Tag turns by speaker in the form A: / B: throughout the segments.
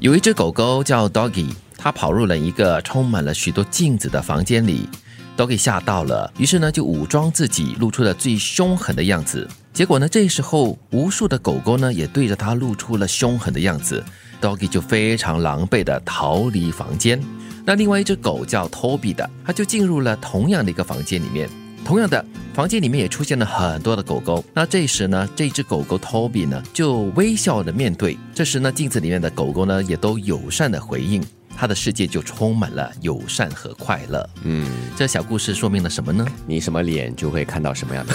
A: 有一只狗狗叫 Doggy，它跑入了一个充满了许多镜子的房间里。Doggy 吓到了，于是呢就武装自己，露出了最凶狠的样子。结果呢，这时候无数的狗狗呢也对着它露出了凶狠的样子，Doggy 就非常狼狈的逃离房间。那另外一只狗叫 Toby 的，它就进入了同样的一个房间里面。同样的，房间里面也出现了很多的狗狗。那这时呢，这只狗狗 Toby 呢就微笑的面对。这时呢，镜子里面的狗狗呢也都友善的回应，它的世界就充满了友善和快乐。
B: 嗯，
A: 这小故事说明了什么呢？
B: 你什么脸就会看到什么样的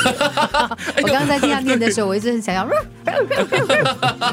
B: 脸。
C: 我刚刚在听他念的时候，我一直很想要，呃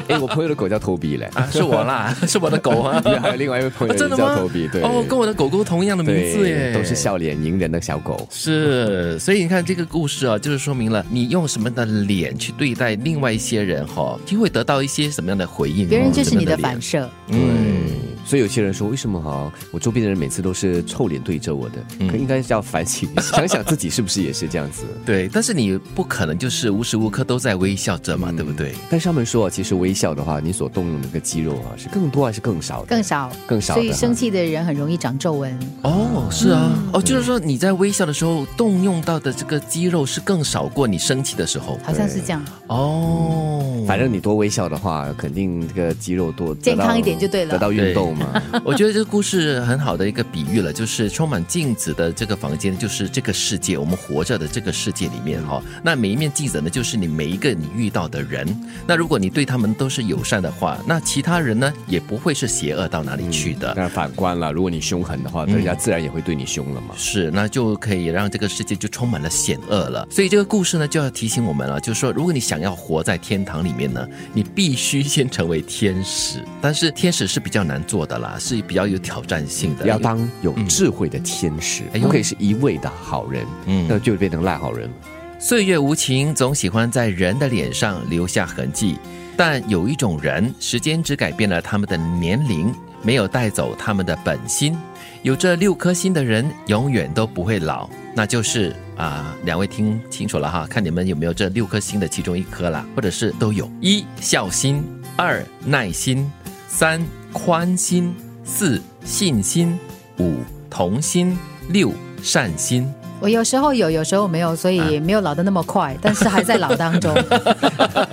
B: 哎，我朋友的狗叫头比嘞，
A: 啊，是我啦，是我的狗啊。
B: 还有另外一位朋 友
A: 啊
B: 也
A: 真的吗
B: 叫头比，对，
A: 哦，跟我的狗狗同样的名字耶，
B: 对，都是笑脸迎人的小狗。
A: 是，所以你看这个故事啊，就是说明了你用什么样的脸去对待另外一些人哈、就会得到一些什么样的回应哦、
C: 别人就是你的
A: 什么样
C: 反射。
A: 脸。嗯，
B: 所以有些人说，为什么哈，我周边的人每次都是臭脸对着我的？
A: 嗯
B: 可应该是要反省一下，想想自己是不是也是这 样子。
A: 对，但是你不可能就是无时无刻都在微笑着嘛，对不对？
B: 但是他们说，其实微笑的话，你所动用的那个肌肉啊，是更多还是更少的？
C: 更少，
B: 更少的
C: 所以
B: 哈
C: 生气的人很容易长皱纹。
A: 哦，是啊，哦，就是说你在微笑的时候动用到的这个肌肉是更少过你生气的时候
C: 好像是这样，
A: 哦。
B: 反正你多微笑的话，肯定这个肌肉多得到
C: 健康一点就对了
B: 得到运动嘛。
A: 我觉得这个故事很好的一个比喻了，就是充满镜子的这个房间，就是这个世界，我们活着的这个世界里面哈、那每一面镜子呢，就是你每一个你遇到的人。那如果你对他们都是友善的话，那其他人呢也不会是邪恶到哪里去的。
B: 但嗯反观了，如果你凶狠的话，人家自然也会对你凶了嘛。
A: 是，那就可以让这个世界就充满了险恶了。所以这个故事呢，就要提醒我们了，就是说，如果你想要活在天堂里面呢，你必须先成为天使。但是天使是比较难做的啦，是比较有挑战性嗯的。
B: 要当有智慧的天使，
A: 哎呦
B: 不可以是一味的好人，
A: 嗯
B: 那就变成烂好人 了。
A: 岁月无情，总喜欢在人的脸上留下痕迹。但有一种人，时间只改变了他们的年龄，没有带走他们的本心。有这六颗心的人，永远都不会老，那就是啊、两位听清楚了哈，看你们有没有这六颗心的其中一颗啦，或者是都有：一孝心，二耐心，三宽心，四信心，五同心，六善心。
C: 我有时候有，有时候没有，所以没有老的那么快，但是还在老当中。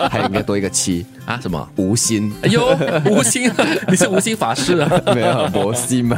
B: 还有应该多一个七，
A: 啊，什么？
B: 无 心，
A: 哎呦，无心，啊 你是无心法师啊！
B: 没有魔心嘛。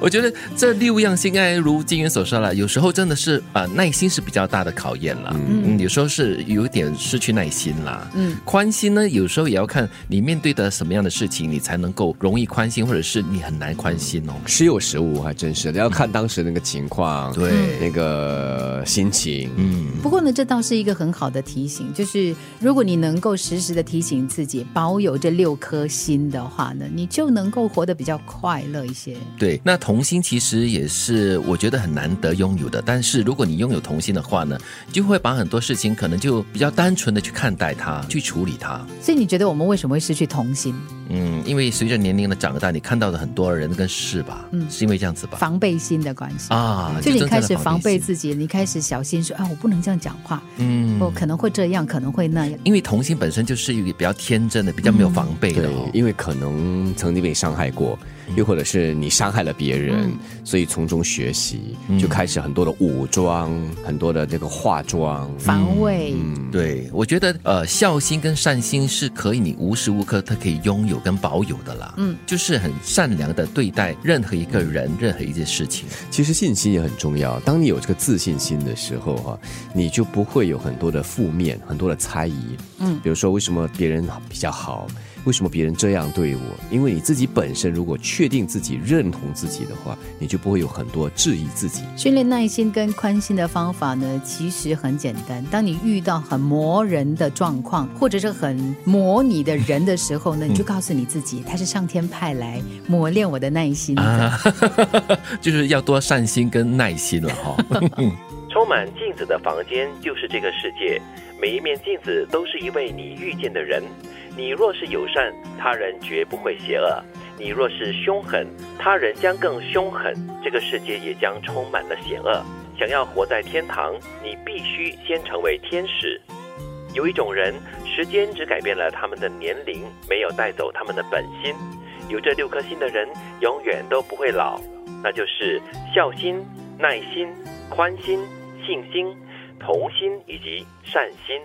A: 我觉得这六样心，爱如金云所说了，有时候真的是啊、呃耐心是比较大的考验了。嗯，有时候是有点失去耐心啦。嗯，宽心呢，有时候也要看你面对的什么样的事情，你才能够容易宽心，或者是你很难宽心哦。
B: 时有时无，还真是的要看当时那个情况，
A: 对
B: 那个心情，
A: 嗯，
C: 不过呢，这倒是一个很好的提醒，就是如果你能够时时的提醒自己保有这六颗心的话呢，你就能够活得比较快乐一些。
A: 对。那童心其实也是我觉得很难得拥有的，但是如果你拥有童心的话呢，就会把很多事情可能就比较单纯的去看待它，去处理它。
C: 所以你觉得我们为什么会失去童心？
A: 嗯，因为随着年龄的长大，你看到的很多人跟事吧，嗯，是因为这样子吧？
C: 防备心的关系。
A: 啊，
C: 就
A: 真
C: 你
A: 正
C: 开始
A: 的
C: 防备
A: 己，
C: 自己，你开始小心说啊，我不能这样讲话，
A: 嗯，
C: 我可能会这样，可能会那样。
A: 因为童心本身就是一个比较天真的、比较没有防备的
B: 对
A: 哦，。
B: 因为可能曾经被伤害过，
A: 嗯
B: 又或者是你伤害了别人，所以从中学习，
A: 嗯
B: 就开始很多的武装，很多的这个化妆。
C: 防卫，
A: 嗯对，我觉得呃，孝心跟善心是可以，你无时无刻它可以拥有跟保有的啦。嗯，就是很善良的对待任何一个人、任何一件事情。
B: 其实信心也很重要。当你有这个自信心的时候、哈，你就不会有很多的负面、很多的猜疑。嗯，比如说为什么别人比较好，为什么别人这样对我？因为你自己本身如果确定自己、认同自己的话，你就不会有很多质疑自己。
C: 训练耐心跟宽心的方法呢，其实很简单。当你遇到很磨人的状况，或者是很磨你的人的时候呢，你就告诉你自己，他是上天派来磨练我的耐心的。
A: 啊， 就是要多善心跟耐心了哈、充满镜子的房间就是这个世界，每一面镜子都是一位你遇见的人。你若是友善，他人绝不会邪恶；你若是凶狠，他人将更凶狠。这个世界也将充满了险恶。想要活在天堂，你必须先成为天使。有一种人，
D: 时间只改变了他们的年龄，没有带走他们的本心。有这六颗心的人，永远都不会老，那就是孝心、耐心、宽心、信心、同心以及善心。